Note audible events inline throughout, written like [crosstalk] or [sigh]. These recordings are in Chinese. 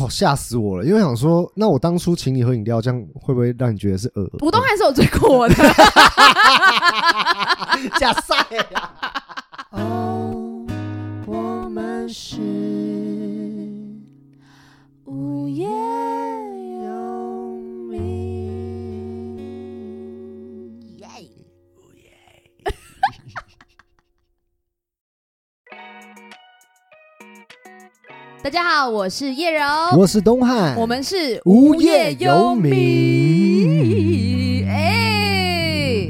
哦，吓死我了！因为想说，那我当初请你喝饮料，这样会不会让你觉得是恶？股东还是有追过我的。 [laughs] [laughs] 假赛呀！哦，我们是无业游民。耶！大家好，我是叶柔，我是东汉，哦我们是无业游无业游民民。哎，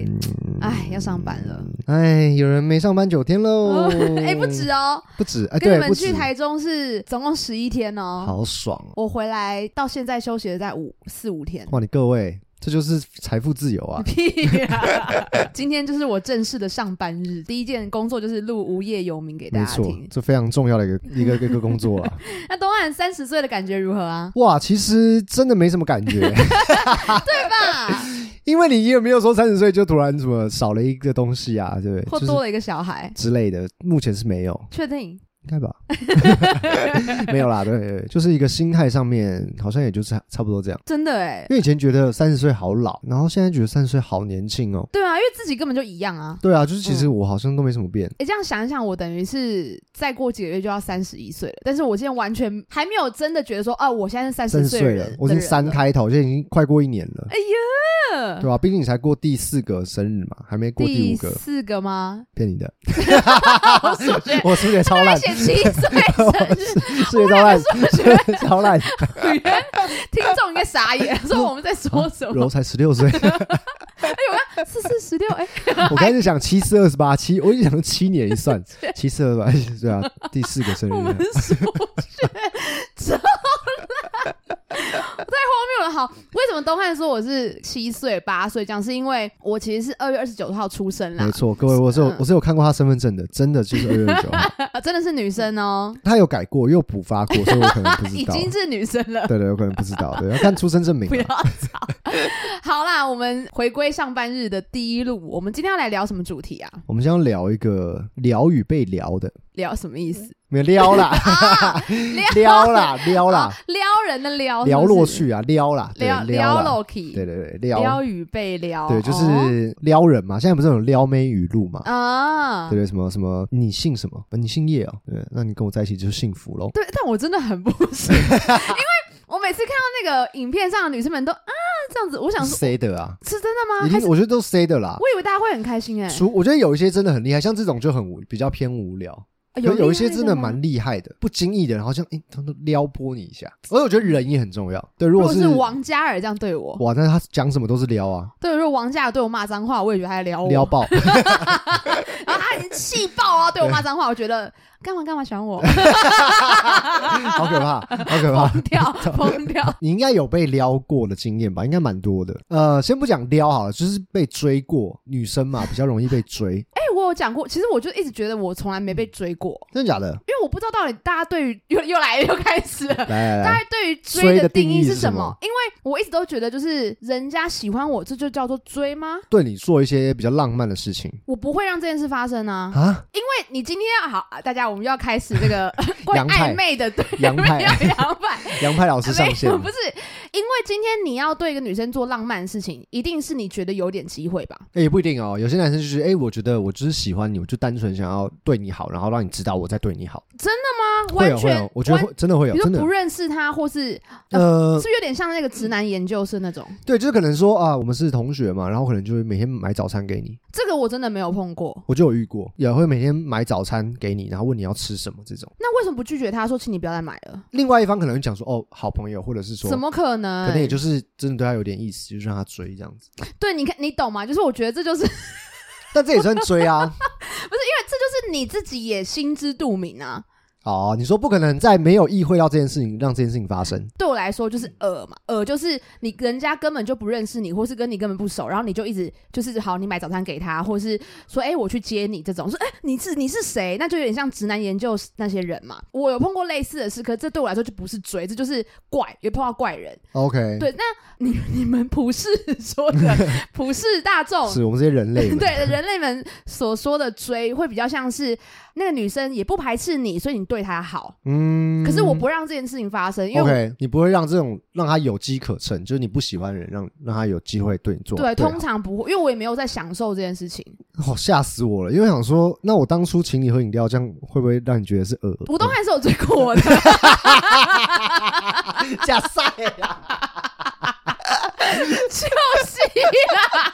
哎，要上班了。哎，有人没上班九天喽哦，哎、不止哦，不止，哎，跟你嗯对，们不去止，台中是总共十一天哦。好爽哦！我回来到现在休息了在五四五天。哇，你各位，这就是财富自由啊！ [laughs] 屁啦！今天就是我正式的上班日，第一件工作就是录《无业游民》给大没家错听，。这非常重要的一个一个一个工作啊！？那东汉三十岁的感觉如何啊 [laughs] 哇，其实真的没什么感觉， [laughs] 对吧？因为你也没有说三十岁就突然什么少了一个东西啊，对不对？或就是多了一个小孩，之类的，目前是没有。确定？应该吧， [laughs] 没有啦，对对，对就是一个心态上面，好像也就是差差不多这样。真的哎因，为以前觉得三十岁好老，然后现在觉得三十岁好年轻哦。对啊，因为自己根本就一样啊。对啊，就是其实我好像都没什么变，哎、这样想一想，我等于是再过几个月就要三十一岁了，但是我现在完全还没有真的觉得说，啊，我现在是三三十十岁的岁人了，我已经三的人了开头，现在已经快过一年了，哎呀，对吧、毕竟你才过第四个生日嘛，还没过第五个，四个吗？骗你的，我数学 [laughs] 我数学超他烂，写七岁生日， [laughs] 数学超烂，超烂，听众应该傻眼，说我们在说什柔 [laughs] 么？才十六岁，四四十六，哎，我开始想七四二十八，七，我一直想说七年一算，七四二十八，对 [laughs] 啊，第四个生日我们了，数学超烂，太荒谬了。好，为什么东汉说我是七岁、八岁这样？是因为我其实是二月二十九号出生啦没，错，各位，我是有嗯我是有看过他身份证的，真的就是二月二九 [laughs] 号，啊真的是女生哦，他有改过又补发 [laughs] 过，所以我可能不知已道。经是女生了。 [laughs] 对对，有可能不知道，对，要看出生证明不要啊。吵。好啦，我们回归上班日的第一路，我们今天要来聊什么主题啊？我们先要聊一个聊与被聊的，聊什么意思？没有撩 [laughs] 啦，撩啦，撩啊啦，，撩人的撩，撩是不落哦是，去啊，撩啦，对撩撩啦， Loki，对对对，撩哦撩，与被撩，对，就哦是撩人嘛。现在不是有撩妹语录 [laughs] 嘛？啊对，对，什么什么，你姓什么？呃你姓叶哦，对，那你跟我在一起就是幸福喽。对，但我真的很不 [laughs] 行，因为我每次看到那个影片上的女生们都啊这样子，我想是 [laughs] 说谁的啊？是真的吗？一定，还啊是我觉得都是谁的啦。我以为大家会很开心哎，除我觉得有一些真的很厉害，像这种就很无比较偏无聊，啊可有一些另外真的吗蛮厉害的，不经意的，然后像哎、诶他都撩拨你一下。而且我觉得人也很重要，对，如如果果是是王嘉尔这样对我，哇，那他讲什么都是撩啊，对，如果王嘉尔对我骂脏话，我也觉得他在撩我，撩爆， [laughs] 然后他已经气爆啊，对我骂脏话，我觉得干嘛干嘛喜欢我，好可 [laughs] 怕，好 [laughs] 可怕。疯掉 [laughs] 疯掉，你应该有被撩过的经验吧？应该蛮多的。呃，先不讲撩好了，就是被追过，女生嘛比较容易被追， [laughs] 哎，我有讲过，其实我就一直觉得我从来没被追过，真的假的？因为我不知道到底大家对于 [laughs] 又又来又开始了。来来大来，家对于追追的的定定义义是是什什么么？因为我一直都觉得，就是人家喜欢我，这就叫做追吗？对你做一些比较浪漫的事情我不会让这件事发生啊！啊，因为你今天要好，啊大家我们又要开始这个 [laughs] 关于洋派暧昧的对洋派没有洋派， [laughs] 杨派老师上没线有了不是，因为今天你要对一个女生做浪漫的事情，一定是你觉得有点机会吧？哎、也不一定哦。有些男生就是，哎、我觉得我就是喜欢你，我就单纯想要对你好，然后让你知道我在对你好。啊，会哦完有会全有，，我觉得完会真的会有，哦比如真说的不。认识他，或是是不呃，是有点像那个直男研究室那种？对，就是可能说啊，我们是同学嘛，然后可能就会每天买早餐给你，这个我真的没有碰过。我就有遇过，也会每天买早餐给你，然后问你要吃什么这种。那为什么不拒绝他说，请你不要再买了？另外一方可能会讲说，哦，好朋友，或者是说，怎么哎可能？可能也就是真的对他有点意思，就是让他追这样子。对，你看，你懂吗？就是我觉得这就是，这但这也算追啊。就是你自己也心知肚明啊。哦，你说不可能在没有意会到这件事情，让这件事情发生。对我来说就是呃嘛，呃就是你人家根本就不认识你，或是跟你根本不熟，然后你就一直就是好，你买早餐给他，或是说哎、我去接你这种，说哎、你是你是谁？那就有点像直男研究那些人嘛。我有碰过类似的事，可是这对我来说就不是追，这就是怪，也碰到怪人。 OK，对，那你 [laughs] 你们普世说的普世大众是我们这些人类 [laughs] 们。对人类们所说的追，会比较像是那个女生也不排斥你，所以你对他好，嗯，可是我不让这件事情发生，因为我 OK，你不会让这种让他有机可乘，就是你不喜欢的人让让他有机会对你做。对，好通常不会，因为我也没有在享受这件事情。哦吓死我了，因为想说，那我当初请你喝饮料，这样会不会让你觉得是恶？股东还是有追过 [laughs] 我的，假赛呀，就是啦。 [laughs]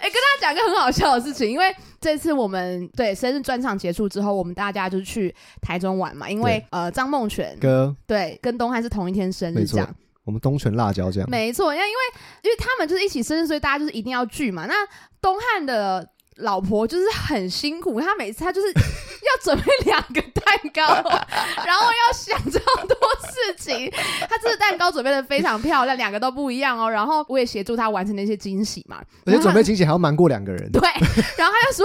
哎、跟大家讲一个很好笑的事情，因为这次我们对生日专场结束之后，我们大家就是去台中玩嘛，因为呃张梦泉哥，对跟东汉是同一天生没日，错这样我们东泉辣椒这样，没错，因为因为因为他们就是一起生日，所以大家就是一定要聚嘛。那东汉的。老婆就是很辛苦，她每次她就是 [laughs] 要准备两个蛋糕， [laughs] 然后要想这么多事情。她这个蛋糕准备的非常漂亮，两个都不一样哦。然后我也协助她完成那些惊喜嘛。而且准备惊喜还要瞒过两个人， [laughs] 对，然后他就说。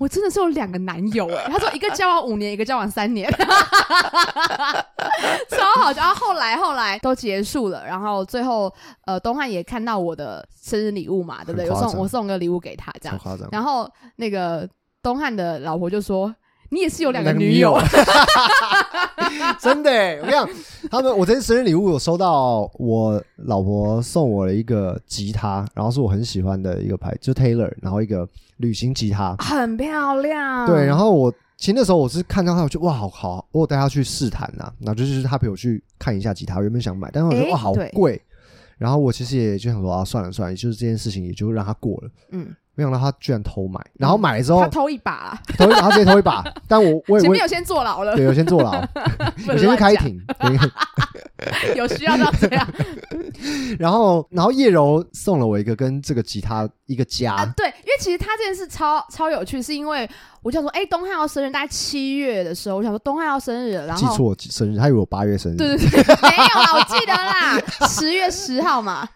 我真的是有两个男友哎、他说一个交往五年，一个交往三年， [laughs] 超好笑。然后后来后来都结束了，然后最后呃东汉也看到我的生日礼物嘛，对不对？很有夸张送我送个礼物给他这超样，夸张。然后那个东汉的老婆就说：“你也是有两个两个女女友友， [laughs] 真的欸，我跟你讲，他们我这次生日礼物有收到我老婆送我了一个吉他，然后是我很喜欢的一个牌，就 Taylor，然后一个旅行吉他， [laughs] 很漂亮。”对，然后后我其实那时候我是看到他，我就哇，好好，我有带他去试弹呐、然后就是他陪我去看一下吉他，我原本想买，但是我觉得诶哇，好对贵，然后我其实也就想说啊，算了算了，就是这件事情也就让他过了，嗯，没想到他居然偷买，然后买了之后他，偷一把啦，偷一把，他直接偷一 [laughs] 把，但我我也嗯前我面也有先坐牢了，对，有先坐牢， [laughs] 有不能先去乱开讲，庭，有先有需要到这样然后，然后叶柔送了我一个跟这个吉他一个家，啊，对，因为其实他这件事超超有趣，是因为我就想说，哎、东汉要生日，大概七月的时候，我想说东汉要生日了，然记后错我生日，他以为我八月生日，对对对，没有啦，我记得啦，十月十号嘛，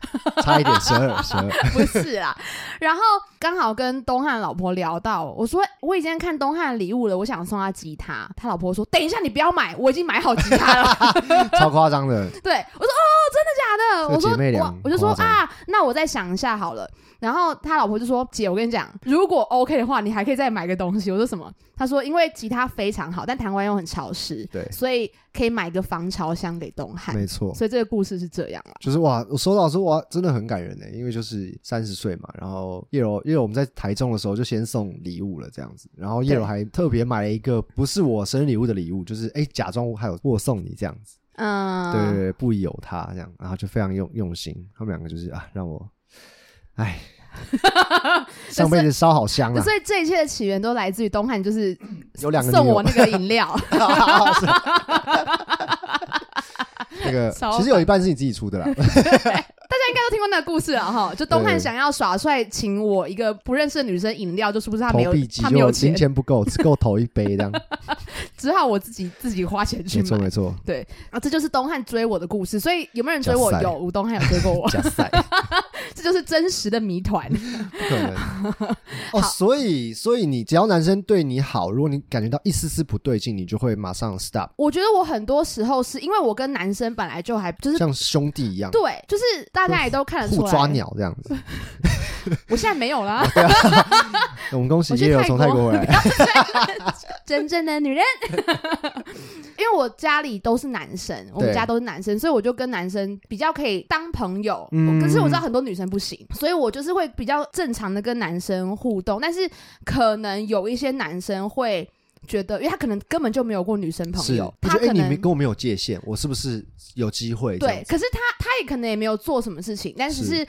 差一点十二十二，不是啦。然后刚好跟东汉老婆聊到，我说我已经看东汉礼物了，我想送他吉他，他老婆说等一下你不要买，我已经买好吉他了。超夸张的，对，我说哦，真的假的？这我姐说妹俩我我就说夸张啊，那我再想一下好了。然后他老婆就说：“姐，我跟你讲，如果 OK 的话，你还可以再买个东西。”我说什么？他说：“因为吉他非常好，但台湾又很潮湿， [laughs] 对所以可以买个防潮箱给东汉。没”错。所以这个故事是这样啦。就是哇，我收到的时候哇，真的很感人呢，欸因为就是三十岁嘛，然后叶柔，叶柔我们在台中的时候就先送礼物了这样子，然后叶柔对还特别买了一个不是我生日礼物的礼物，就是哎、假装我还有我送你这样子，嗯，对对对，不疑有他这样，然后就非常用用心，他们两个就是啊让我， [laughs] 哎，上辈子烧好香啊，所以这一切的起源都来自于东汉，就是有两个送女友我那 [laughs] 个饮料。是 [laughs] 那个超其实有一半是你自己出的啦，大家应该都听过那个故事了哈，就东汉对想要耍帅，请我一个不认识的女生饮料，就是不是他没投有币机他没就有零钱，钱不够，只够投一杯这样。只好我自己自己花钱去没错买。没错，啊，这就是东汉追我的故事。所以有没有人追我假？赛有，吴东汉有追过我， [laughs] 加塞这就是真实的谜团。 [laughs] 不可能 [laughs] 哦，所以所以你只要男生对你好，如果你感觉到一丝丝不对劲，你就会马上 stop，我觉得我很多时候是因为我跟男生本来就还就是像兄弟一样对，就是大家也都看得出互抓来。鸟这样子。我现在没有啦，我们恭喜我去叶柔泰从泰国国回 [laughs] 来，真正的 [laughs] 女人。因为我家里都是男生，我们对家都是男生，所以我就跟男生比较可以当朋友。嗯可是我知道很多女生不行，所以我就是会比较正常的跟男生互动，但是可能有一些男生会。觉得，因为他可能根本就没有过女生朋是友，他他觉得哎，可你能没跟我没有界限，我是不是有机会？这样对，子，可是他他也可能也没有做什么事情，但是是是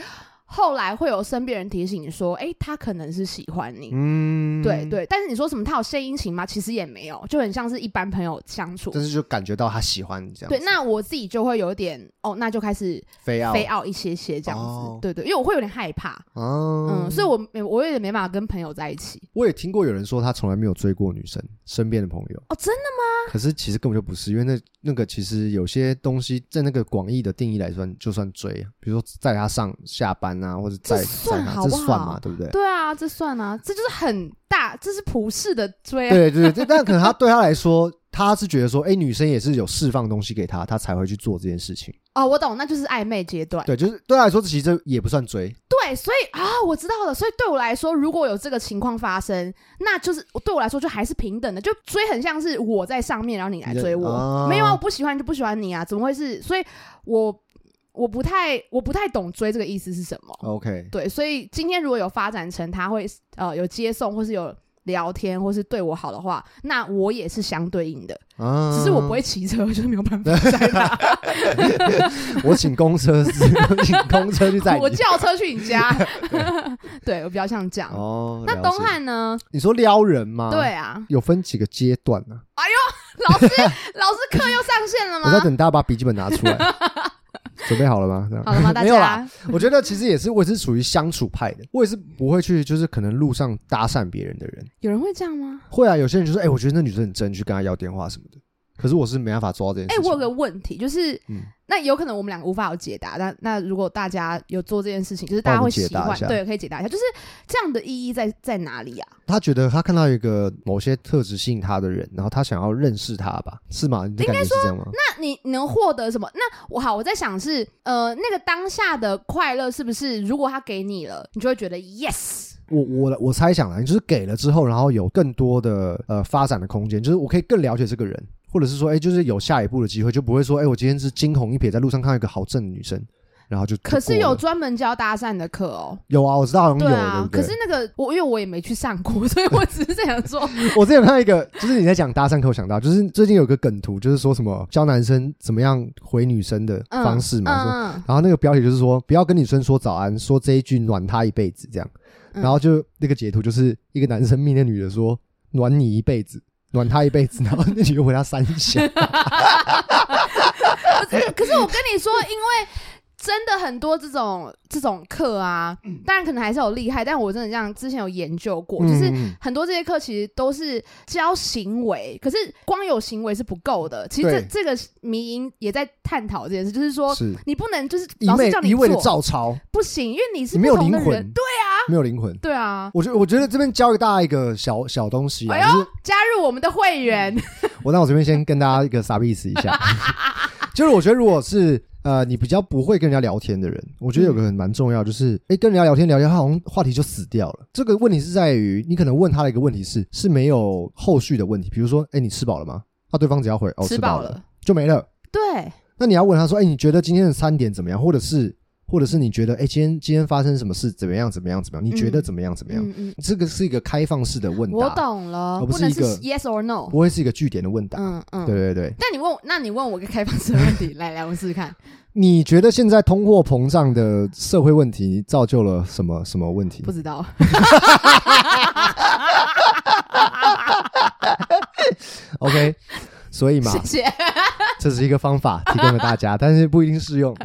后来会有身边人提醒你说，哎、他可能是喜欢你。嗯，对。对，但是你说什么他有献殷勤吗？其实也没有，就很像是一般朋友相处。但是就感觉到他喜欢你这样子，对，那我自己就会有一点哦，那就开始非要飞傲一些些这样子，哦对对，因为我会有点害怕，哦嗯，所以我没我有点没办法跟朋友在一起。我也听过有人说他从来没有追过女生，身边的朋友。哦，真的可是其实根本就不是，因为那那个其实有些东西在那个广义的定义来说，就算追，比如说载他上下班啊，或者载这算载他，好这不算好 [laughs] 嘛，对不对？对啊，这算啊，这就是很大，这是普世的追啊，对对对，但可能他对他来说，他是觉得说，哎、女生也是有释放东西给他，他才会去做这件事情。哦，我懂，那就是暧昧阶段。对，就是对他来说，其实这也不算追，对，所以啊，我知道了。所以对我来说，如果有这个情况发生，那就是对我来说就还是平等的，就追很像是我在上面，然后你来你的追我。啊没有啊，我不喜欢就不喜欢你啊，怎么会是？所以我我不太我不太懂追这个意思是什么。 OK，对，所以今天如果有发展成他会呃有接送，或是有聊天，或是对我好的话，那我也是相对应的。啊，只是我不，会骑车，就是没有办法载他，我请公车司，我请公车去 [laughs] 载我你。叫车去你 [laughs] 家。 [laughs] 对我比较像这样。哦，那了东解，汉呢？你说撩人吗？对，啊，有分几个阶段呢、老 [laughs] 师老师课又上线了我在吗？等大家把笔记本拿出 [laughs] 来，准备好了吗？这样好了吗？[laughs] 大没有啦家，我觉得其实也是，我也是属于相处派的，我也是不会去就是可能路上搭讪别人的人。有人会这样吗？会啊，有些人就说，哎、我觉得那女生很真，去跟她要电话什么的。可是我是没办法做到这件哎、事情。我有个问题，就是、嗯那有可能我们两个无法有解答。那那如果大家有做这件事情，就是大家会喜帮我们欢解答，一下对，可以解答一下，就是这样的意义在在哪里啊？他觉得他看到一个某些特质吸引他的人，然后他想要认识他吧？是吗？你的感觉是这样吗？那你能获得什么？那我好，我在想是呃，那个当下的快乐是不是？如果他给你了，你就会觉得 yes。我我我猜想啦，啊你就是给了之后，然后有更多的呃发展的空间，就是我可以更了解这个人，或者是说，哎、就是有下一步的机会，就不会说，哎、我今天是惊鸿一瞥，在路上看到一个好正的女生，然后就可是就过有了专门教搭讪的课哦，有啊，我知道好像有，对啊。对不可对？是那个我因为我也没去上过，所以我只是在想 [laughs] 说，我之前有看到一个，就是你在讲搭讪课，我想到就是最近有个梗图，就是说什么教男生怎么样回女生的嗯方式嘛，说嗯然后那个标题就是说，不要跟女生说早安，说这一句暖她一辈子这样。嗯然后就那个截图就是一个男生命令女的说暖你一辈子，暖她一辈子，然后那女的回他三 [laughs] 下。可是可是我跟你说，因为真的很多这种这种课啊，当然可能还是有厉害，但我真的这样之前有研究过，就是嗯嗯很多这些课其实都是教行为，可是光有行为是不够的。其实这对这个迷因也在探讨这件事，就是说是你不能就是一老师味叫你一味的做照抄，不行，因为你是没不有同灵的魂人，，对啊，没有灵魂。对啊。我觉得，我觉得这边教给大家一个小小东西啊，哎呦就是加入我们的嗯会哦 [laughs] 员， [laughs] 我那我这边先跟大家一个傻逼死一下， [laughs] 就是我觉得如果是呃你比较不会跟人家聊天的人，我觉嗯得有个很蛮重要，就是哎、诶跟人家聊天聊天，他好像话题就死掉了。这个问题是在于你可能问他的一个问题是是没有后续的问题，比如说哎、诶你吃饱了吗？那、对方只要回哦吃吃饱饱了了就没了。对，那你要问他说哎、诶你觉得今天的餐点怎么样，或者是或者是你觉得哎、诶今天今天发生什么事怎么样怎么样怎么样？你觉得嗯怎么样怎么样？嗯嗯，这个是一个开放式的问答，我懂了，而不不是能一是个 yes or no，不会是一个据点的问答。嗯嗯，对对对。但你问我，那你问我一个开放式 [laughs] 的问题，来来，我试试看。你觉得现在通货膨胀的社会问题造就了什么什么问题不？知道， OK，所 [laughs] 以嘛，谢谢。 [laughs] 这是一个方法提供给大家，但是不一定适 [laughs] 用。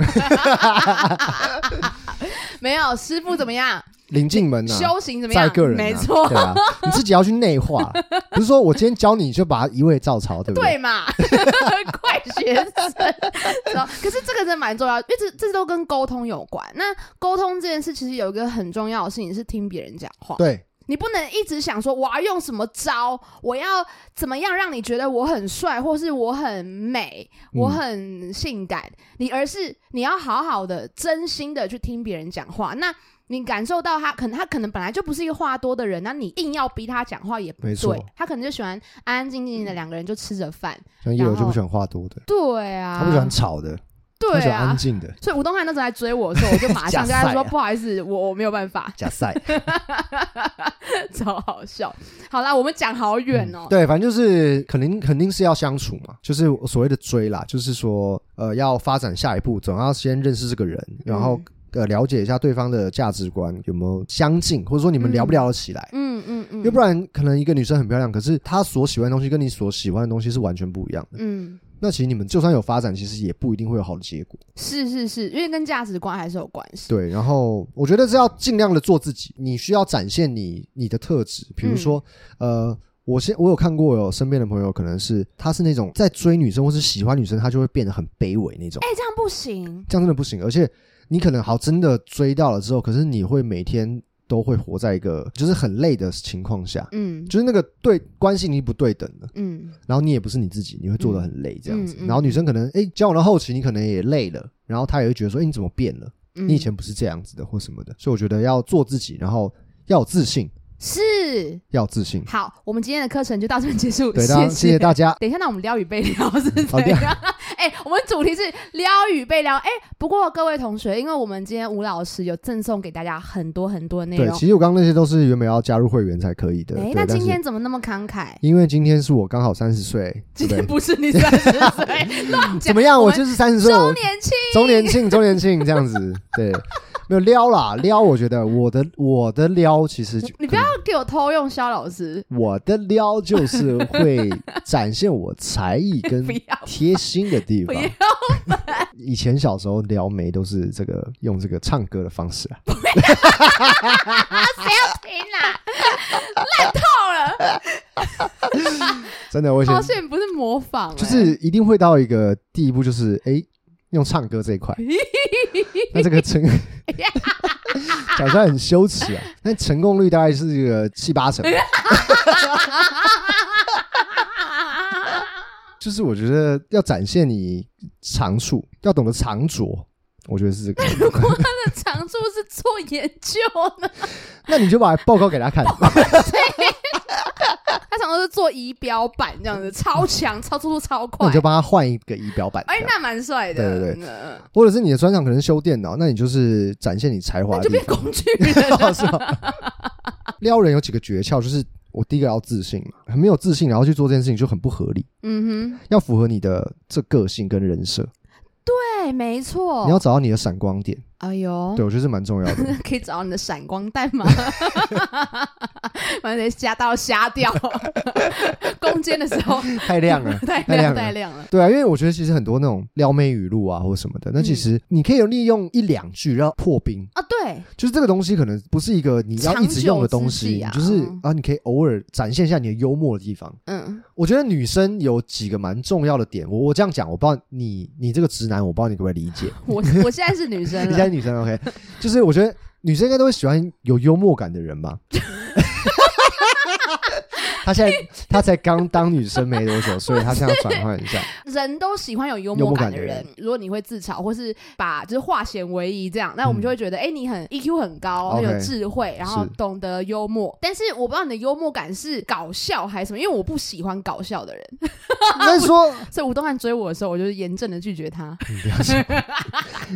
没有师傅怎么样？临近门呐、啊，修行怎么样？在个人、啊，没错，对啊，你自己要去内 [laughs] 化，不是说我今天教你就把它一味照抄，对不对嘛？ [laughs] 怪学 [laughs] 生。然后可是这个真的蛮重要，因为这这都跟沟通有关。那沟通这件事，其实有一个很重要的事情是听别人讲话。对你不能一直想说我要用什么招，我要怎么样让你觉得我很帅，或是我很美，嗯我很性感，你而是你要好好的、真心的去听别人讲话。那你感受到他，可能他可能本来就不是一个话多的人，那你硬要逼他讲话也不没错嗯对，他可能就喜欢安安静静的两个人就吃着饭。像叶柔然后就不喜欢话多的，对啊，他不喜欢吵的，他对喜欢安啊。静 [laughs] 的。所以吴东汉那时候来追我的时候，我就 [laughs] 马上跟假他赛说：“啊不好意思，我我没有办法。 [laughs] 假赛，”超好笑。好啦，我们讲好远哦、嗯对，反正就是肯定肯定是要相处嘛，就是所谓的追啦，就是说呃要发展下一步，总要先认识这个人，然后呃了解一下对方的价值观有没有相近，或者说你们聊不聊得起来。嗯嗯嗯，要不然，可能一个女生很漂亮，可是她所喜欢的东西跟你所喜欢的东西是完全不一样的。嗯，那其实你们就算有发展，其实也不一定会有好的结果。是是是，因为跟价值观还是有关系。对，然后我觉得是要尽量的做自己，你需要展现你你的特质，比如说，呃，我现我有看过有身边的朋友，可能是他是那种在追女生或是喜欢女生，他就会变得很卑微那种，哎、这样不行。这样真的不行。而且你可能好真的追到了之后，可是你会每天都会活在一个就是很累的情况下，嗯就是那个对关系你不对等的，嗯然后你也不是你自己，你会做的很累这样子。嗯嗯嗯然后女生可能哎、诶交往到后期，你可能也累了，然后她也会觉得说，哎、你怎么变了？嗯，你以前不是这样子的，或什么的。所以我觉得要做自己，然后要有自信，是要有自信。好，我们今天的课程就到这边结束，对，大谢家谢谢大家。等一下，那我们撩与被撩是怎好的样？ [laughs] 哎、我们主题是撩与被撩。哎、不过各位同学，因为我们今天吴老师有赠送给大家很多很多的内对，容。其实我刚刚那些都是原本要加入会员才可以的。哎、对，那但今是天怎么那么慷慨？因为今天是我刚好三十岁，今对天不对不是你三十岁，乱 [laughs] 讲。怎么样？我我们就是三十岁，周我年庆？周年庆，周年庆这样子，对，没有撩啦撩。我觉得我的我的撩其实就你不要给我偷用肖老师，我的撩就是会展现我才艺跟不要贴心的地不方要。以前小时候撩妹都是这个用这个唱歌的方式啊，谁要听啦？烂透了，真的，我以前好险不是模仿、哎就是一定会到一个地步，就是哎、诶用唱歌这一 [laughs] 块，那这个成讲出来很羞耻啊，但成功率大概是这个七八 [laughs] 成。就是我觉得要展现你长处，要懂得长拙，我觉得是这个。如 [laughs] 果他的长处是做研究呢？ [laughs] 那你就把报告给他看，他常常是做仪表板 [laughs] 这样子，超强、超速度超那快你。就帮他换一个仪表板，哎、这样那蛮帅的。对对对，嗯、或者是你的专长可能修电脑，那你就是展现你才华的那哎就地变方。工具人了。哦 [laughs] 是吗？撩人有几个诀窍，就是我第一个要自信嘛，很没有自信，然后去做这件事情就很不合理。嗯哼，要符合你的这个性跟人设，对，没错。你要找到你的闪光点。哎呦对，我觉得是蛮重要的。 [laughs] 可以找到你的闪光弹 [laughs] 吗？把你瞎到瞎掉， [laughs] 攻坚的时候，太亮了 [laughs] 太太亮亮了太亮了。对啊，因为我觉得其实很多那种撩妹语录啊或什么的，那其实你可以利用一两句让破冰，啊，对，就是这个东西可能不是一个你要一直用的东西，长久就之计啊是啊，你可以偶尔展现一下你的幽默的地方。嗯，我觉得女生有几个蛮重要的点，我我这样讲，我不知道你你这个直男，我不知道你可不可以理解。我我现在是女生 [laughs] 你现在了，女生 OK，就是我觉得女生应该都会喜欢有幽默感的 [laughs] 人吧。她现在她才刚当女生没多久，所以她现在要转换一 [laughs] 下。人都喜欢有幽幽默默感感的的人。如果你会自嘲，或是把就是化险为夷这样，那我们嗯就会觉得，哎，你很 EQ 很高，很有 OK 智慧，然后是懂得幽默。但是我不知道你的幽默感是搞笑还是什么，因为我不喜欢搞笑的人，但是说所以吴东汉追我的时候，我就是严正的拒绝他。你不要吵，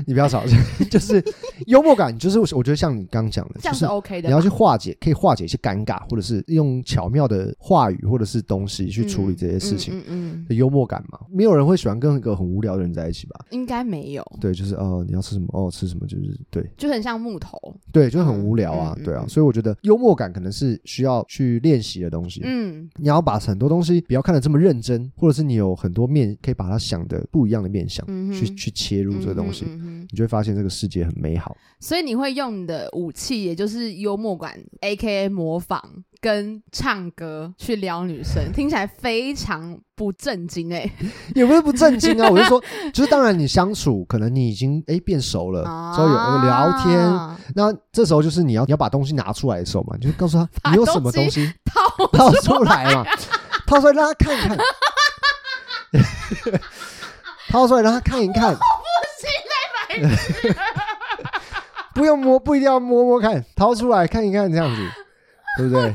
你不要吵，就是幽默感，就是我觉得像你刚讲的，这就样是是 OK 的你吧。要去化解，可以化解一些尴尬，或者是用巧妙的话语或者是东西去处理这些事情。嗯嗯嗯幽默感嘛，没有人会喜欢跟一个很无聊的人在一起吧？应该没有，对，就是哦，你要吃什么？哦，吃什么？就是对，就很像木头。对，就很无聊啊嗯，嗯对啊嗯，所以我觉得幽默感可能是需要去练习的东西。嗯，你要把很多东西不要看得这么认真，或者是你有很多面可以把它想的不一样的面向，嗯哼去去切入这个东西，嗯哼嗯哼你就会发现这个世界很美好。所以你会用你的武器，也就是幽默感 （A K A 模仿）跟唱歌去撩女 [laughs] 生，听起来非常不正经哎、也不是不正经啊，我 [laughs] 就说，就是当然你相处，可能你已经哎变熟了，之后有有聊天，啊那这时候就是你要你要把东西拿出来的时候嘛，你就告 [laughs] 诉他把你有什么东东西套掏出来嘛，掏出来让他看看， [laughs] 掏出来让他看一看。不用摸，不一定要摸摸看，掏出来看一看，这样子，对不对？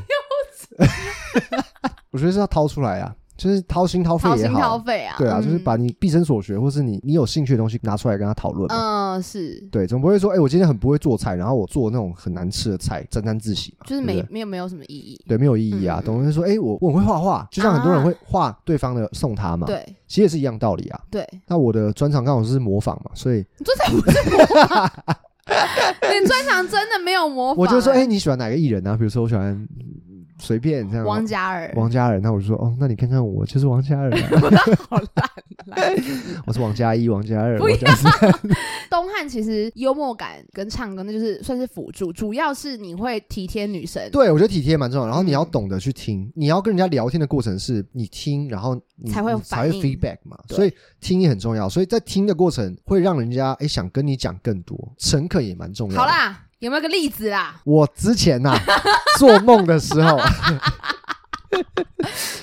[laughs] 我觉得是要掏出来啊，就是掏心掏肺掏也心掏好，肺啊，对啊，嗯就是把你毕生所学，或是你你有兴趣的东西拿出来跟他讨论嘛。嗯是。对，总不会说，哎、我今天很不会做菜，然后我做那种很难吃的菜，沾沾自喜嘛，就是对不没对没有没有什么意义，对，没有意义啊嗯。懂得说，哎、我我很会画画，就像很多人啊会画对方的送他嘛，，对其实也是一样道理啊。对，那我的专长刚好是模仿嘛，所以你专长不是模 [laughs] 仿， [laughs] 你专长真的没有模仿、我就说，哎、欸你喜欢哪个艺人啊？比如说我喜欢嗯随便这样，王嘉尔，王嘉尔，那我就说，哦，那你看看我就是王嘉尔、 [laughs] 啊，好烂烂。我是王嘉一、王嘉二，不王嘉三东汉其实幽默感跟唱歌，那就是算是辅助，主要是你会体贴女生。对，我觉得体贴蛮重要。然后你要嗯懂得去听，你要跟人家聊天的过程是你听，然后你才会有你才反会应 feedback 嘛，对所以听也很重要，所以在听的过程会让人家哎想跟你讲更多，诚恳也蛮重要的。好啦，有没有个例子啊？我之前 [laughs] 呐、做梦的时候，啊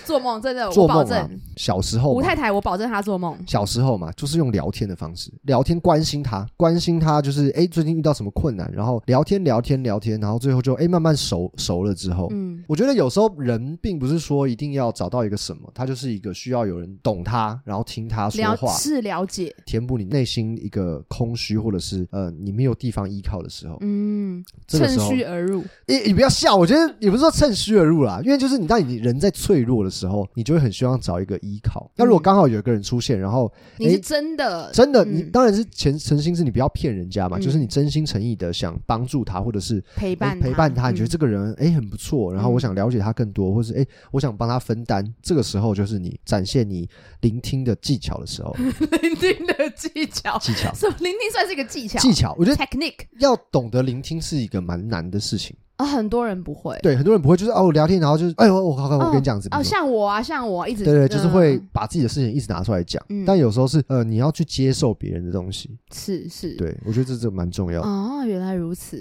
做梦真的，做我保梦啊证，，小时候吴嘛太太，我保证她做梦。小时候嘛，就是用聊天的方式，聊天关心他，关心他就是哎、最近遇到什么困难，然后聊天聊天聊天，然后最后就哎、慢慢熟熟了之后。嗯，我觉得有时候人并不是说一定要找到一个什么，他就是一个需要有人懂他，然后听他说了话，是了解，填补你内心一个空虚，或者是呃你没有地方依靠的时候。嗯，这个趁时候虚而入，你你不要笑，我觉得也不是说趁虚而入啦，因为就是你当你人在脆弱的时候，你就会很希望找一个依靠。那如嗯果刚好有一个人出现，然后你是诶真的，真的，嗯你当然是诚诚心是你不要骗人家嘛，嗯就是你真心诚意的想帮助他，或者是陪诶伴陪伴他，他，你觉得嗯这个人哎很不错，然后嗯我想了解他更多，或是哎我想帮他分担，这个时候就是你展现你聆听的技巧的时哦候， [laughs] 聆听嗯的技巧，技巧什么聆听算是一个 [laughs] 技巧技巧，我觉得 technique 要懂得聆听是一个蛮难的事情。啊，很多人不会。对，很多人不会就是哦聊天，然后就是哎我我我我跟你讲怎么怎哦，么像我啊，像我一直对对，就是嗯会把自己的事情一直拿出来讲，嗯但有时候是呃，你要去接受别人的东西，是是，对我觉得这这蛮重要的。哦，原来如此，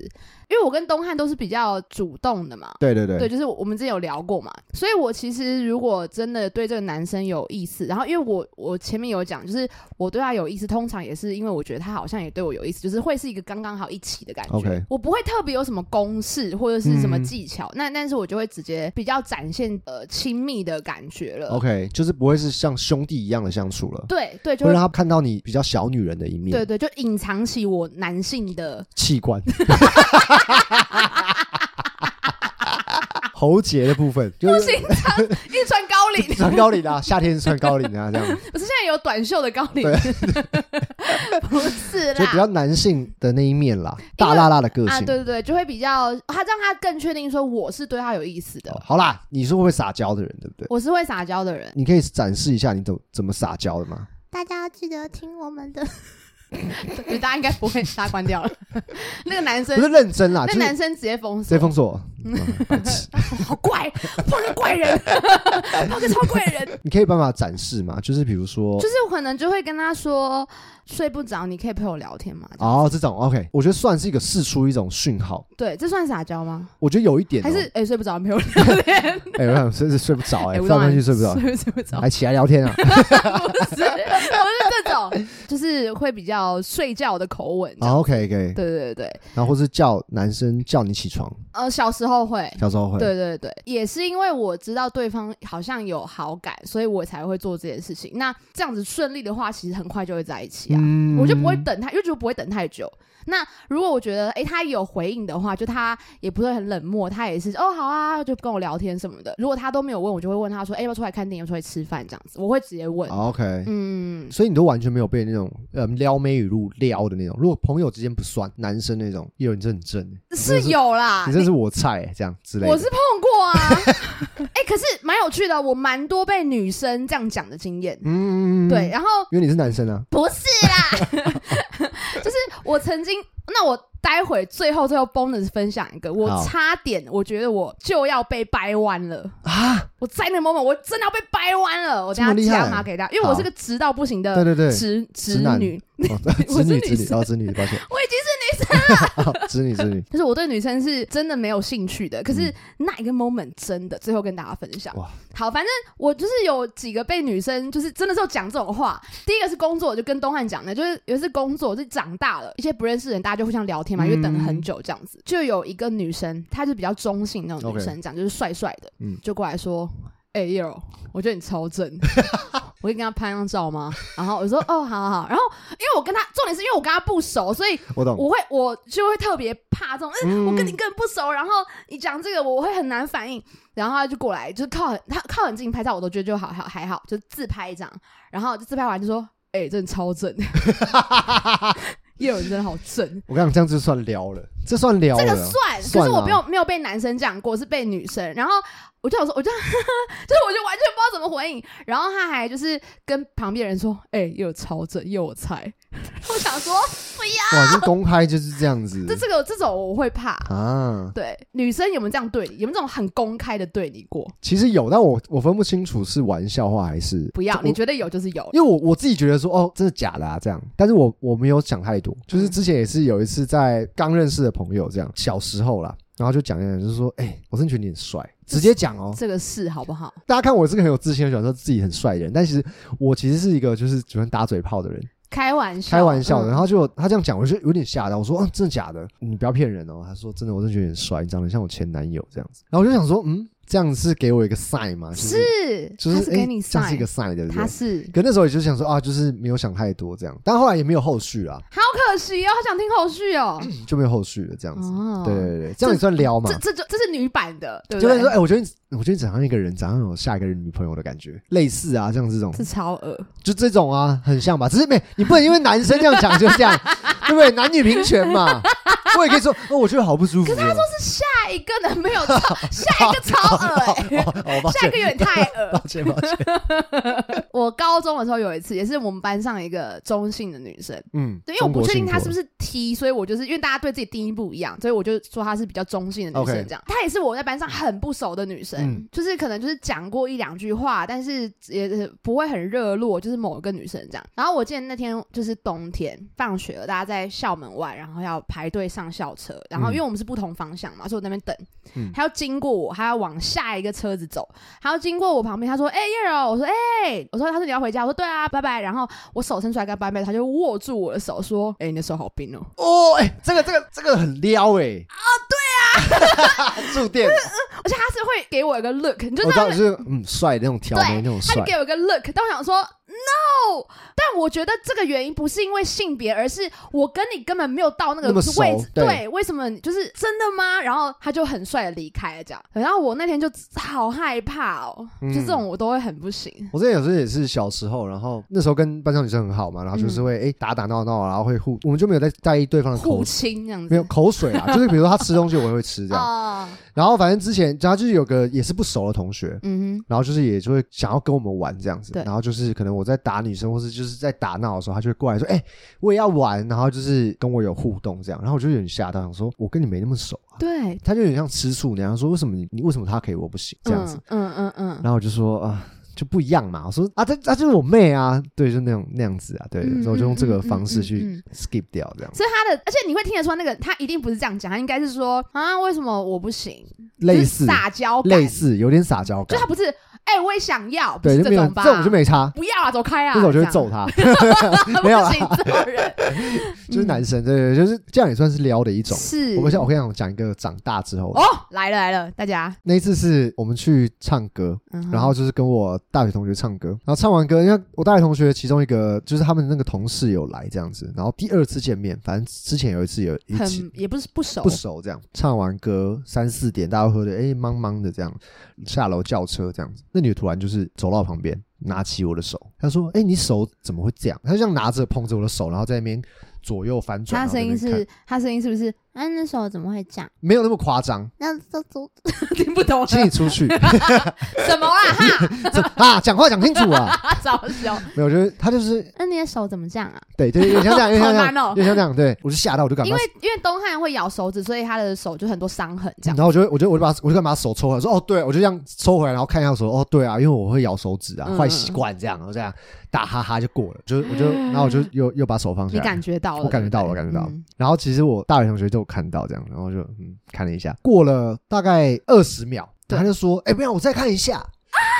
因为我跟东汉都是比较主动的嘛。对对对对，就是我们之前有聊过嘛，所以我其实如果真的对这个男生有意思，然后因为我我前面有讲，就是我对他有意思，通常也是因为我觉得他好像也对我有意思，就是会是一个刚刚好一起的感觉。 OK 我不会特别有什么公式或者是什么嗯技巧，那但是我就会直接比较展现呃亲密的感觉了。 o k 就是不会是像兄弟一样的相处了，对对，就会会让他看到你比较小女人的一面，对对，就隐藏起我男性的器官。喉结的部分，就 [laughs] 不是行，长一直穿高 [laughs] 领，穿高领啊，夏天穿高领啊，这 [laughs] 样不是现在有短袖的高领， [laughs] 不是就比啦。较男性的那一面啦，大辣辣的个啊，性。对对对，就会比较他让他更确定说我是对他有意思的，好好啦，你是会不会撒娇的人，对不对？我是会撒娇的人。你可以展示一下你怎么怎么撒娇的吗？大家要记得听我们的。 [laughs] 对大家应该不会，大家关 [laughs] 掉了。那个男生不，是认真啦，那就是男生直接封谁锁，封锁？ [laughs] 嗯白痴好怪，碰个怪 [laughs] 人，碰个超怪人。你可以办法展示嘛？就是比如说就，是我可能就会跟他说，睡不着，你可以陪我聊天吗？哦，这种 OK，我觉得算是一个试出一种讯号。对，这算撒娇吗？我觉得有一点哦、还是哎、睡不着，陪我聊天？ [laughs] 哎，我想真是睡不着哎， [laughs] 哎，放上去睡不着，睡 [laughs] 睡不着，还起来聊 [laughs] 天啊？不是， [laughs] 我是这种，就是会比较睡觉的口吻。这样好 OK OK，对对对对，哦然后或是叫男生叫你起床，呃，小时候会。小时候会。对对对，也是因为我知道对方好像有好感，所以我才会做这件事情。那这样子顺利的话，其实很快就会在一起啊，嗯我就不会等他，因为就不会等太久。那如果我觉得诶他有回应的话，就他也不会很冷漠，他也是哦好啊，就跟我聊天什么的。如果他都没有问，我就会问他说，哎、要不要出来看电影，要不要出来吃饭这样子，我会直接问。好哦 OK。嗯，所以你都完全没有被那种呃撩妹语录撩的那种，如果朋友之间不算，男生那种，有你这很正，是有啦，你这是我菜、这样之类的。啊我是碰过啊， [laughs] 哎、可是蛮有趣的，我蛮多被女生这样讲的经验。嗯，对，，然后因为你是男生啊，不是啦， [laughs] 就是我曾经，那我待会最后最后 bonus 分享一个，我好差点我觉得我就要被掰弯了啊！我在那 moment 我真的要被掰弯了，我这等下么厉害加码给大家，因为我是个直到不行对的对对，直直直男女， [laughs] 哦，我子是女女子女生哦，子女，抱歉，我已经是， [laughs] 子女子女，就是我对女生是真的没有兴趣的，可是那一个 moment 真的，最后跟大家分享。嗯哇，好，反正我就是有几个被女生就是真的是有讲这种话。第一个是工作，我就跟东汉讲的，就是有一次工作，就是长大了，一些不认识的人，大家就互相聊天嘛，因为等了嗯很久这样子。就有一个女生，她就比较中性那种女 OK 生，讲就是帅帅的，嗯就过来说。哎呦，我觉得你 [laughs] 超正，我可以跟她拍张照吗？然后我说哦，好好好。然后因为我跟她，重点是因为我跟她不熟，所以我懂，我会我就会特别怕这种，嗯，我跟你更不熟，然后你讲这个我会很难反应，然后他就过来，就是靠很他靠很近拍照，我都觉得就好好还好，就自拍一张，然后就自拍完就说，哎、真的 [laughs] 超正，叶文真的好正，我跟你讲，这样就算撩了，这算撩这个了，算，算可是我啊没有没有被男生讲过，是被女生，然后我就想说，我就 [laughs] 就是我就完全不知道怎么回应，然后他还就是跟旁边人说，哎、又超正，又有才， [laughs] 我想说，哇，这公开就是这样子这这个这种我会怕。啊。对，女生有没有这样对你？有没有这种很公开的对你过？其实有，但我我分不清楚是玩笑话还是不要，我你觉得有就是有。因为我我自己觉得说，哦，真的假的啊，这样。但是我我没有想太多，嗯就是之前也是有一次在刚认识的朋友这样，小时候啦，然后就讲一讲，就是说，哎、我真的觉得你很帅，直接讲哦。这个是好不好？大家看我是个很有自信，很喜欢说自己很帅的人，但其实我其实是一个就是喜欢打嘴炮的人，开玩笑，开玩笑的。嗯，然后就他这样讲，我就有点吓到，我说，哦，真的假的？你不要骗人哦。他说，真的，我真的觉得你很帅，你长得像我前男友这样子。然后我就想说，嗯，这样是给我一个 sign 吗？就是就他是是哎给你这样是一个 sign， sign 对不对他？是可那时候也就是想说啊，就是没有想太多这样，但后来也没有后续啊，好可惜哦，好想听后续哦。就没有后续了这样子。哦，对对对，这样也算撩嘛这？这就这是女版的，对不就跟对你说，？哎、我觉得你我觉得你长像一个人，长像有下一个人女朋友的感觉，类似啊，像这种是超恶，就这种啊，很像吧？只是没你不能因为男生这样讲就这样， [laughs] 对不对？男女平权嘛。我也可以说，哦，我觉得好不舒服、哦。可是他说这是下一个男朋友 [laughs] 超，下一个超恶哎，哦， [laughs] 抱下歉一个，有点太恶抱。歉，抱 [laughs] 歉。我高中的时候有一次，也是我们班上一个中性的女生，嗯，对，因为我不确定她是不是是 T，所以我就是因为大家对自己定义不一样，所以我就说她是比较中性的女 OK 生这样。她也是我在班上很不熟的女生，嗯就是可能就是讲过一两句话，但是也是不会很热络，就是某一个女生这样。然后我记得那天就是冬天放学了，大家在校门外，然后要排队上校车，然后嗯因为我们是不同方向嘛，所以我在那边等，嗯她要经过我，她要往下一个车子走，她要经过我旁边，她说：“哎、叶柔，我说：“哎、我说她说你要回家，我说：“对啊，拜拜。”然后我手伸出来跟他掰掰，他就握住我的手说：“哎、你的手好冰哦。哦，哎、这个这个这个很撩哎、啊，对啊， [laughs] 住店，”而且他是会给我一个 look，你就我知知道道就是嗯帅的那种挑眉那种他帅就，给我一个 look，但我想说 no，但我觉得这个原因不是因为性别，而是我跟你根本没有到那个那么熟位置。对为什么你就是真的吗？然后他就很帅的离开了，这样。然后我那天就好害怕哦，嗯就这种我都会很不行。我之前有时候也是小时候，然后那时候跟班上女生很好嘛，然后就是会哎、诶打打闹闹，然后会互，我们就没有在在意对方的口互亲这样没有子口水啊，就是比如说他吃东西，我也会吃这 [laughs] 样。啊，然后反正之前他就是有个也是不熟的同学。嗯然后就是也就会想要跟我们玩这样子，对然后就是可能我在打女生或是就是在打闹的时候，他就会过来说：“哎、我也要玩。”然后就是跟我有互动这样，然后我就有点吓到，想说：“我跟你没那么熟啊哼，。对”，他就有点像吃醋那样说：“为什么你你为什么他可以我不行？”这样子，嗯嗯嗯嗯，然后我就说啊、就不一样嘛。我说啊，这啊就是我妹啊，对，就那种那样子啊，对，嗯所以我就用这个嗯嗯方式嗯嗯去 skip 掉这样，所以他的，而且你会听得出那个，他一定不是这样讲，他应该是说啊，为什么我不行？类就是似撒娇感，类似有点撒娇就感他，不是，哎、我也想要，不对，是就没有种吧？这种就没差，不要啊，走开啊！这种我就会这样揍，他， [laughs] 不没有啦啊行，这种人就是男生，对对，对就是这样也算是撩的一种。是。我们想，我跟你讲，我讲一个长大之后的，嗯哦，来了来了，大家，那一次是我们去唱歌，嗯哼然后就是跟我大学同学唱歌，然后唱完歌，因为我大学同学其中一个就是他们那个同事有来这样子，然后第二次见面，反正之前有一次有一起很也不是不熟，不熟这样。唱完歌三四点，大家喝的哎茫茫的这样，下楼叫车这样子。那女的突然就是走到我旁边，拿起我的手，她说：“哎、你手怎么会这样？”她就这样拿着捧着我的手，然后在那边左右反转。他然后在声那音边看是，他声音是不是啊，那手怎么会这样？没有那么夸张，那这 [laughs] 足听不懂了请你出去 [laughs] 什么啦？ [laughs] 哈，啊！讲话讲清楚啊！他找 [laughs] 笑，没有，就是她就是那你的手怎么这样啊？对，就是有点像这样，有点像这 [laughs] 好难样哦，有点像这样。对我就吓到，我就赶因快为。因为东汉会咬手指，所以他的手就很多伤痕，这然样。后我就我就我就把我就把手抽回来，说哦对，我就这样抽回来，然后看一下手，哦对啊，因为我会咬手指啊，嗯坏习惯这样，我这样打哈哈就过了，就我就然后我就又又把手放下嗯你来，感觉嗯到了？我感觉到了，我对感不觉对到了嗯。然后其实我大学同学都有看到这样，然后就嗯看了一下，过了大概二十秒，对他就说哎不然我再看一下，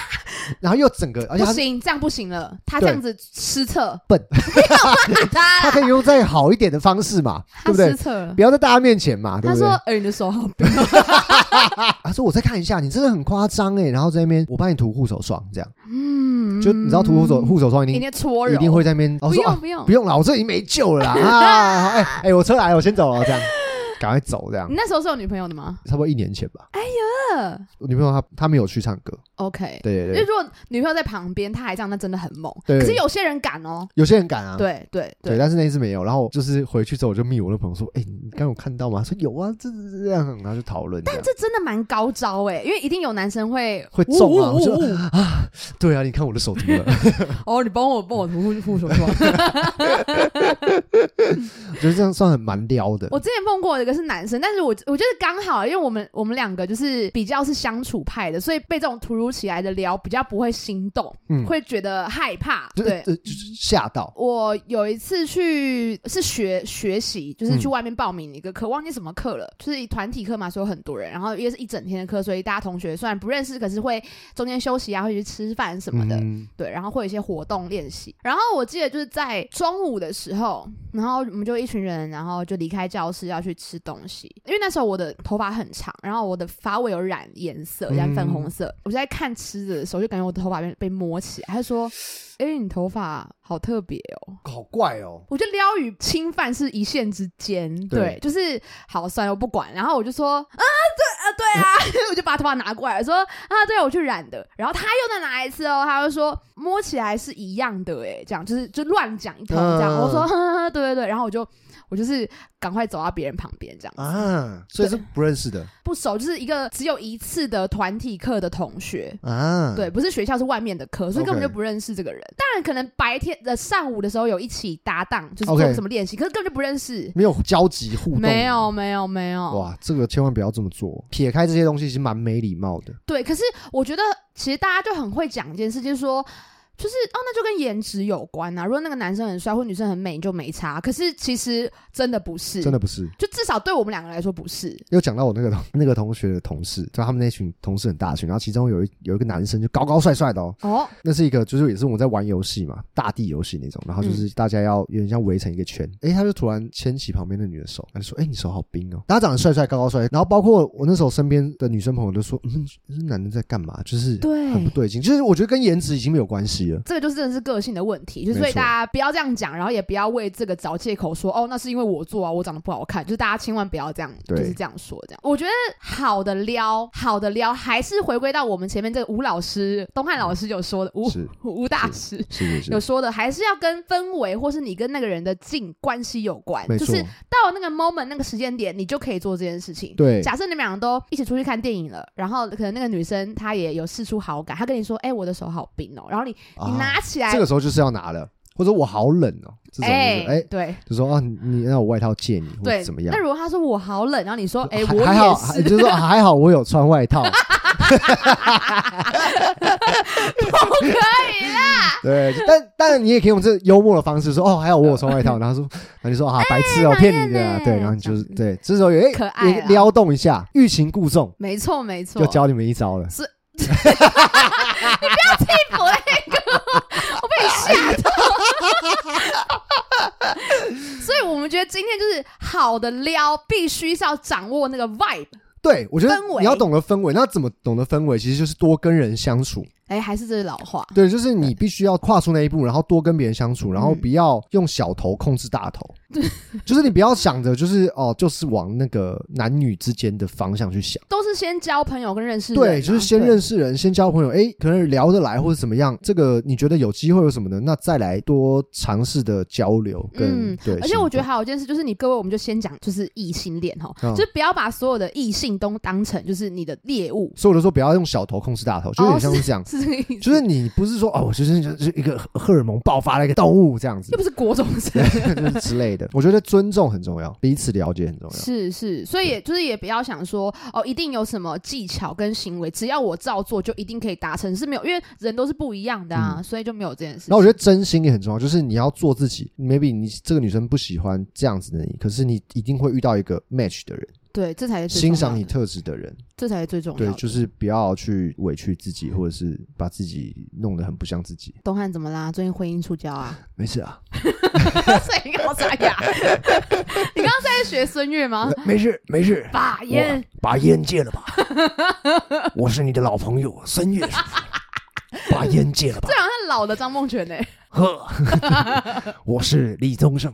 [laughs] 然后又整个，而且嗯不他是行，这啊样不行了。他这对样子失策，笨，没有他啦可以用再好一点的方式 [laughs] 嘛，他 [laughs] 对不失对？策了不。要在大家面前嘛，对他不说对？：“哎，你的手好冰。他啊说我再看一下，你真的很夸张哎，然后在那边我帮你涂护手霜这样。”嗯，就你知道涂护手护手霜一一定定搓揉，一定会在那边，我不说用啊不用 [laughs] 不用了，我这已经没救了啦啊！好哎哎，我车来了，我先走了这样。赶快走这样你。那时候是有女朋友的吗？差不多一年前吧，呃我女朋友她她没有去唱歌， ，OK。对对因为对，如果女朋友在旁边，她还这样，那真的很猛。对可是有些人敢哦。有些人敢啊，对对对，对，但是那一次没有。然后就是回去之后，我就密我那朋友说：“哎、你刚有看到吗？”他说：“有啊，这这这样。”然后就讨论这样。这真的蛮高招哎，因为一定有男生会会中啊呜呜我 [laughs] 呜呜对啊，你看我的手图了， [laughs] 哦，你帮我帮我涂护护手霜。我觉得这样算很蛮撩的。我之前碰过一个是男生，但是我我觉得刚好，因为我们我们两个就是比较是相处派的，所以被这种突如其来的撩比较不会心动，嗯会觉得害怕。就对呃，就是吓到，我有一次去是学学习，就是去嗯外面报名一个课，忘记什么课了，就是团体课嘛，所以有很多人，然后因为是一整天的课，所以大家同学虽然不认识，可是会中间休息啊，会去吃饭什么的，嗯对，然后会有一些活动练习。然后我记得就是在中午的时候，然后我们就一群人，然后就离开教室要去吃东西。因为那时候我的头发很长，然后我的发尾有染颜色，染粉红色。我在看吃的的时候，就感觉我的头发被被摸起来。他就说：“哎、你头发好特别哦。”好怪哦。我觉得撩与侵犯是一线之间，对，对就是好算了，我不管。然后我就说啊，对啊，对啊，我就 [laughs] 把头发拿过来说啊，对啊，我去染的。然后他又再拿一次哦，他就说摸起来是一样的，哎，这样就是就乱讲一通这样。嗯我说呵呵呵对对对，然后我就我就是赶快走到别人旁边这样子，啊，所以是不认识的不熟，就是一个只有一次的团体课的同学，啊，对，，不是学校是外面的课，所以根本就 OK 不认识这个人。当然，可能白天的上午的时候有一起搭档，就是做 OK 什么练习可是根本就不认识。没有交集互动，没有，没有，没有。哇，这个千万不要这么做。撇开这些东西，其实蛮没礼貌的。对，可是我觉得其实大家就很会讲一件事，就是说。就是哦，那就跟颜值有关啊。如果那个男生很帅或女生很美，你就没差。可是其实真的不是，真的不是。就至少对我们两个来说不是。又讲到我那个同 [laughs] 那个同学的同事，就他们那群同事很大群，然后其中有一有一个男生就高高帅帅的哦，哦，那是一个就是也是我们在玩游戏嘛，大地游戏那种，然后就嗯是大家要有点像围成一个圈，诶，他就突然牵起旁边的女的手，他就说，诶，你手好冰哦，大家长得帅帅高高帅，然后包括我那时候身边的女生朋友都说，嗯，这男的在干嘛？就是对很不对劲，就是我觉得跟颜值已经没有关系了，这个就是真的是个性的问题，就没是所以错大家不要这样讲，然后也不要为这个找借口说哦，那是因为我做啊，我长得不好看，就是大家千万不要这样，就对是这样说这样。我觉得好的撩，好的撩，还是回归到我们前面这个吴老师、东汉老师有说的，吴是吴大师。是是哦有是，说的还是要跟氛围，或是你跟那个人的近关系有关，没就错是，到那个 moment 那个时间点，你就可以做这件事情。对假设你们两个都一起出去看电影了，然后可能那个女生她也有试出好感，她跟你说：“哎、我的手好冰哦。”然后你啊你拿起来，这个时候就是要拿了，或者我好冷哦，这种就是哎、诶。对就说啊，你你让我外套借你，或对者怎么样那？如果他说我好冷，然后你说哎、还我还好，也还是，就是说还好我有穿外 [laughs] 套，不哦可以 [laughs] 啦。对。但当然你也可以用这幽默的方式说哦，还好我有穿外套。然后说，然后你哎说啊，白痴哦，骗你的啊，讨厌欸对。然后你就是这样对，这时候也可爱啦也撩动一下，欲擒故纵，没错没错，就教你们一招了。我那个，我被吓到。 [laughs] 所以我们觉得今天就是好的撩，必须是要掌握那个 vibe。对，我觉得氛围你要懂得氛围，那怎么懂得氛围？其实就是多跟人相处。哎、还是这是老话，对，就是你必须要跨出那一步，然后多跟别人相处，然后嗯不要用小头控制大头，就是你不要想着就是哦，就是往那个男女之间的方向去想。都是先交朋友跟认识人啊、对，就是先认识人，先交朋友，诶，可能聊得来或者怎么样，这个你觉得有机会有什么的，那再来多尝试的交流跟、嗯对。而且我觉得行还有一件事，就是你各位，我们就先讲，就是异性恋哈，嗯就是不要把所有的异性都当成就是你的猎物动，所以我就说不要用小头控制大头，就有点像是这样，哦是这个意思？嗯就是你不是说哦，我就是就是一个荷尔蒙爆发的一个动物这样子又，不是国中 [laughs] 生，就是之类的。我觉得尊重很重要，彼此了解很重要。是是，所以也就是也不要想说哦，一定有什么技巧跟行为，只要我照做就一定可以达成，是没有，因为人都是不一样的啊，所以就没有这件事情。然嗯后我觉得真心也很重要，就是你要做自己。maybe 你这个女生不喜欢这样子的你，可是你一定会遇到一个 match 的人，对，这才是最欣重要赏你的，特质的人。这才是最重要对的。，就是不要去委屈自己，或者是把自己弄得很不像自己。东汉怎么啦？最近婚姻触 [laughs] 礁啊？ [laughs] 没事啊，所以你好沙哑。你刚刚是在学孙悦吗？没事没事，把烟 [laughs] 把烟戒了吧。我是你的老朋友孙悦。把烟戒了吧这。好像老的张梦泉呢，呵，我是李宗 [laughs] 盛。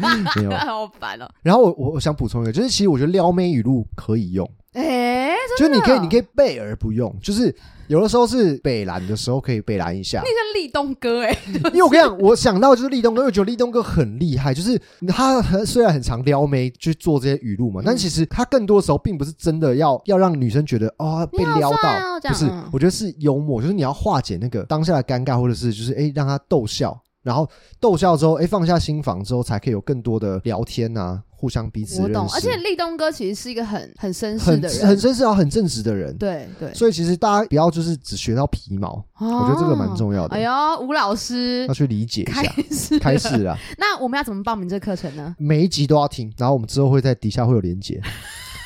没有。啊好烦哦。然后我我我想补充一个，就是其实我觉得撩妹语录可以用，哎，就是真的你可以你可以背而不用，就是有的时候是北蓝的时候可以北蓝一下 [laughs] 那。像立冬哥哎，因为我跟你讲，我想到就是立冬哥，因为我觉得立冬哥很厉害，就是他很虽然很常撩妹去做这些语录嗯嘛，但其实他更多的时候并不是真的要要让女生觉得哦被你好撩帅到，哦这样不是嗯，我觉得是幽默，就是你要化解那个当下的尴尬，或者是就是哎、让他逗笑，然后逗笑之后哎、放下心防之后，才可以有更多的聊天啊，互相彼此我认懂。识，而且立冬哥其实是一个很很绅士很的很人，绅士啊，很正直的人，对对，所以其实大家不要就是只学到皮毛，我我觉得这个蛮重要的，哎呦，吴老师要去理解一开 [laughs] 下，始开了始啦。那我们要怎么报名这个课程 [laughs] 呢？每一集都要听，然后我们之后会在底下会有连 [laughs] 接，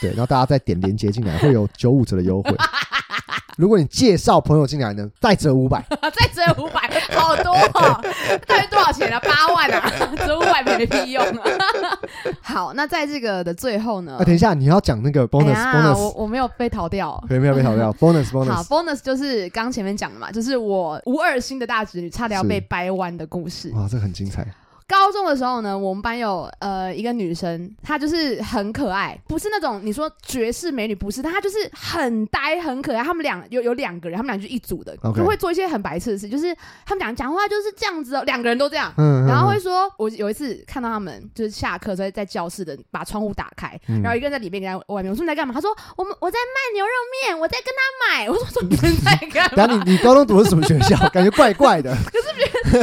对，然后大家再点连接进来，会有九五折的优 [laughs] 惠。如果你介绍朋友进来呢，再折五百，再折五百，好多 [laughs] 哦！大约多少钱啊？八万啊！ [laughs] 折五百没屁用啊！ [laughs] 好，那在这个的最后呢？啊，等一下你要讲那个 bonus 哎呀我 bonus，我没有被逃掉。对，没有被逃掉 [laughs] bonus 好 bonus， ，bonus 就是刚前面讲的嘛，就是我无二心的大侄女差点要被掰弯的故事。哇，这很精彩，高中的时候呢，我们班有呃一个女生，她就是很可爱，不是那种你说绝世美女，不是，但她就是很呆很可爱。他们俩有有两个人，他们俩就是一组的， OK 就会做一些很白痴的事，就是他们俩讲话就是这样子哦，两个人都这样。嗯，然嗯后会说，我有一次看到他们就是下课在在教室的把窗户打开，嗯然后一个人在里面，一个人在外面。我说你在干嘛？他说我们我在卖牛肉面，我在跟他买。我 [laughs] 说说你们在干 [laughs] 等嘛？一下你你高中读的什么学校？ [laughs] 感觉怪怪 [laughs] 的，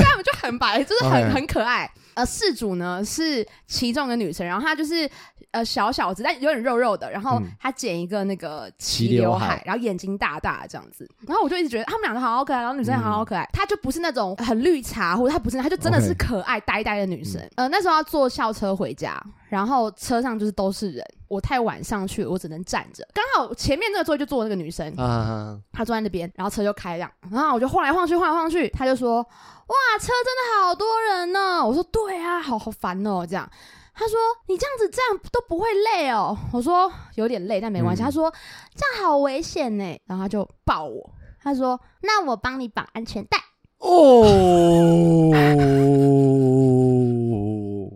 他们就很白，就是 OK 很很可爱。呃，事主呢是其中一个女生，然后她就是呃小小子，但有点肉肉的，然后嗯她剪一个那个齐齐刘刘海海，然后眼睛大大这样子，然后我就一直觉得他们两个好好可爱，然后女生也好好可爱，她就不是那种很绿茶，或者她不是，她就真嗯的 OK 嗯是可爱呆呆的女生。呃，那时候要坐校车回家，然后车上就是都是人，我太晚上去，我只能站着，刚好前面那个座位就坐那个女生，啊，他坐在那边，然后车就开这样，然后我就晃来晃去，晃来晃去，他就说：“哇，车真的好多人呢。”我说：“对啊，好好烦哦。”这样，他说：“你这样子这样都不会累哦。”我说：“有点累，但没关系。嗯他说：“这样好危险呢。”然后他就抱我，他说那我帮你绑安全带。 [laughs] 哦。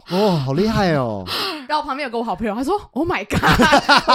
哦，好厉害哦！：“然后旁边有个我好朋友，他说：‘Oh my god！’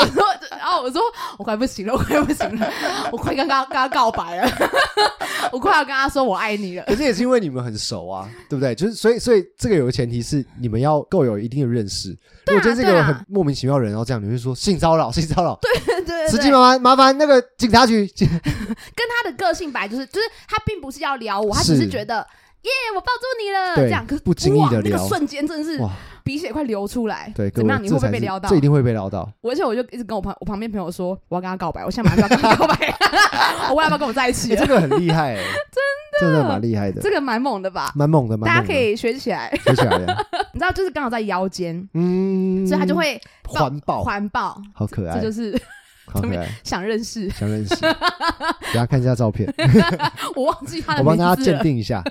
我说：‘然后我说哦我快不行了，我快不行了，我快跟他跟他告白了， [laughs] 我快要跟他说我爱你了。’可是也是因为你们很熟啊，对不对？就是所以所以这个有个前提是你们要够有一定的认识。对啊如果今天这个对人啊很莫名其妙的人，然后这样，你会说性骚扰，性骚扰。对， [laughs] 对对司机麻烦麻烦那个警察局。跟他的个性本来就是，就是他并不是要撩我，他只是是觉得耶，我抱住你了，对这样。可是不经意哇的那撩个瞬间，真的是哇，鼻血快流出来。对，各嗯怎么样？位，你会这不会才被是撩到这？一定会被撩 [laughs] 到。我而且我就一直跟我旁我旁边朋友说，我要跟他告白，我现在马上就要跟他告白， [laughs] 我问要不要跟我在一起啊欸、这？个很厉害、 [laughs] 欸，真的，真的蛮厉害的，这个蛮猛的吧？蛮猛的，蛮大家猛的可以学起来。学起来 [laughs] 的。你知道，就是刚好在腰间，嗯，所以他就会环抱，环抱。好可爱这，就是好可爱，想认识，想 [laughs] 认识。给大家看一下照片，我忘记他的我帮大名家字鉴了。 [laughs] 定一下。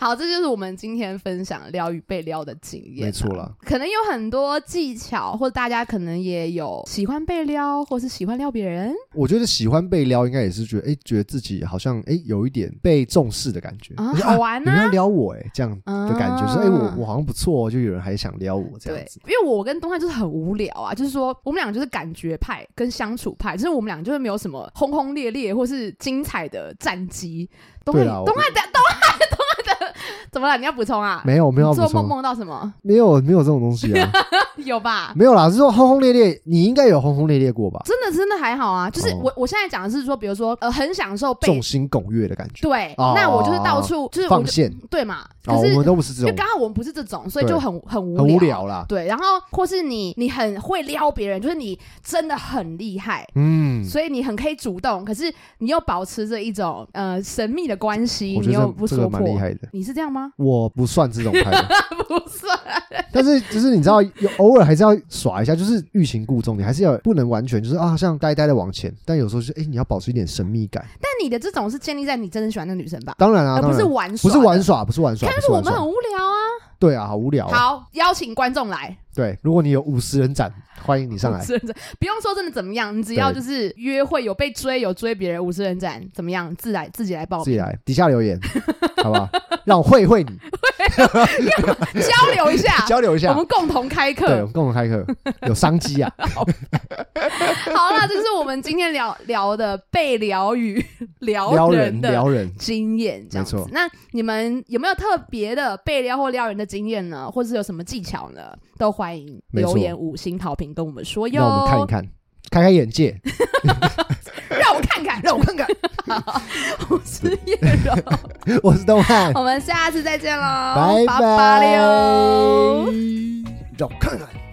好，这就是我们今天分享撩与被撩的经验。没错了，可能有很多技巧，或者大家可能也有喜欢被撩，或是喜欢撩别人。我觉得喜欢被撩，应该也是觉得，哎、觉得自己好像，哎、有一点被重视的感觉。 [laughs] 啊就是好玩有啊人要撩我、哎，这样的感觉，啊就是哎、我我好像不错、哦，就有人还想撩我这对样子。，因为哎我跟东汉就是很无聊啊，就是说我们俩就是感觉派跟相处派，就是我们俩就是没有什么轰轰烈烈或是精彩的战绩。东汉，对啦我东汉的， [laughs] 东汉，东汉的，怎么了？你要补充啊？没有没有要你补做梦充，梦到什么？ [laughs] 没有没有这种东西啊，有吧？没有啦，是说轰轰烈烈，你应该有轰轰烈烈过吧？真的真的还好啊，就是哦我、我现在讲的是说，比如说呃，很享受被众星拱月的感觉，对，哦那我就是到处就是我放就线对嘛，可哦，我是们都不是因这为种，刚好我们不是这种，所以就很很无很无聊啦。对，然后或是你你很会撩别人，就是你真的很厉害，嗯，所以你很可以主动，可是你又保持着一种呃神秘的关系，我你觉又得不这这个说蛮破。厉害的。？你是这样吗 [laughs] 我不算这种派的，不是，但是就是你知道，有偶尔还是要耍一下，就是欲擒故纵，你还是要不能完全就是啊，像呆呆的往前，但有时候就是哎、你要保持一点神秘感。但你的这种是建立在你真的喜欢那个女生吧，当然啊，而当呃不是然玩耍，不是玩。耍，不是玩耍，但不是我玩们很耍。无聊啊！对啊，好无聊啊。好，邀请观众来，对，如果你有五十人展，欢迎你上来。真的不用说真的怎么样，你只要对就是约会有被追有追别人五十人展怎么样，自来自己来报自名己来底下留 [laughs] 言，好不好？让我会会你，，[laughs] 交流一 [laughs] 下交流一我下们。共同开对，我课们。共同开课， [laughs] 有商机啊！好啦，这是我们今天聊聊的被疗 [laughs] 愈撩聊人，人的撩人。经验，这样子没错。那你们有没有特别的被撩或撩人的经验呢？或者是有什么技巧呢？都欢迎没错留言五星好评跟我们说哟。让我们看一看，开开眼界。 [laughs] 让我看看，让我看看。 [laughs] 我是叶柔，我是东汉，我们下次再见喽，拜拜拜喽。让我看看。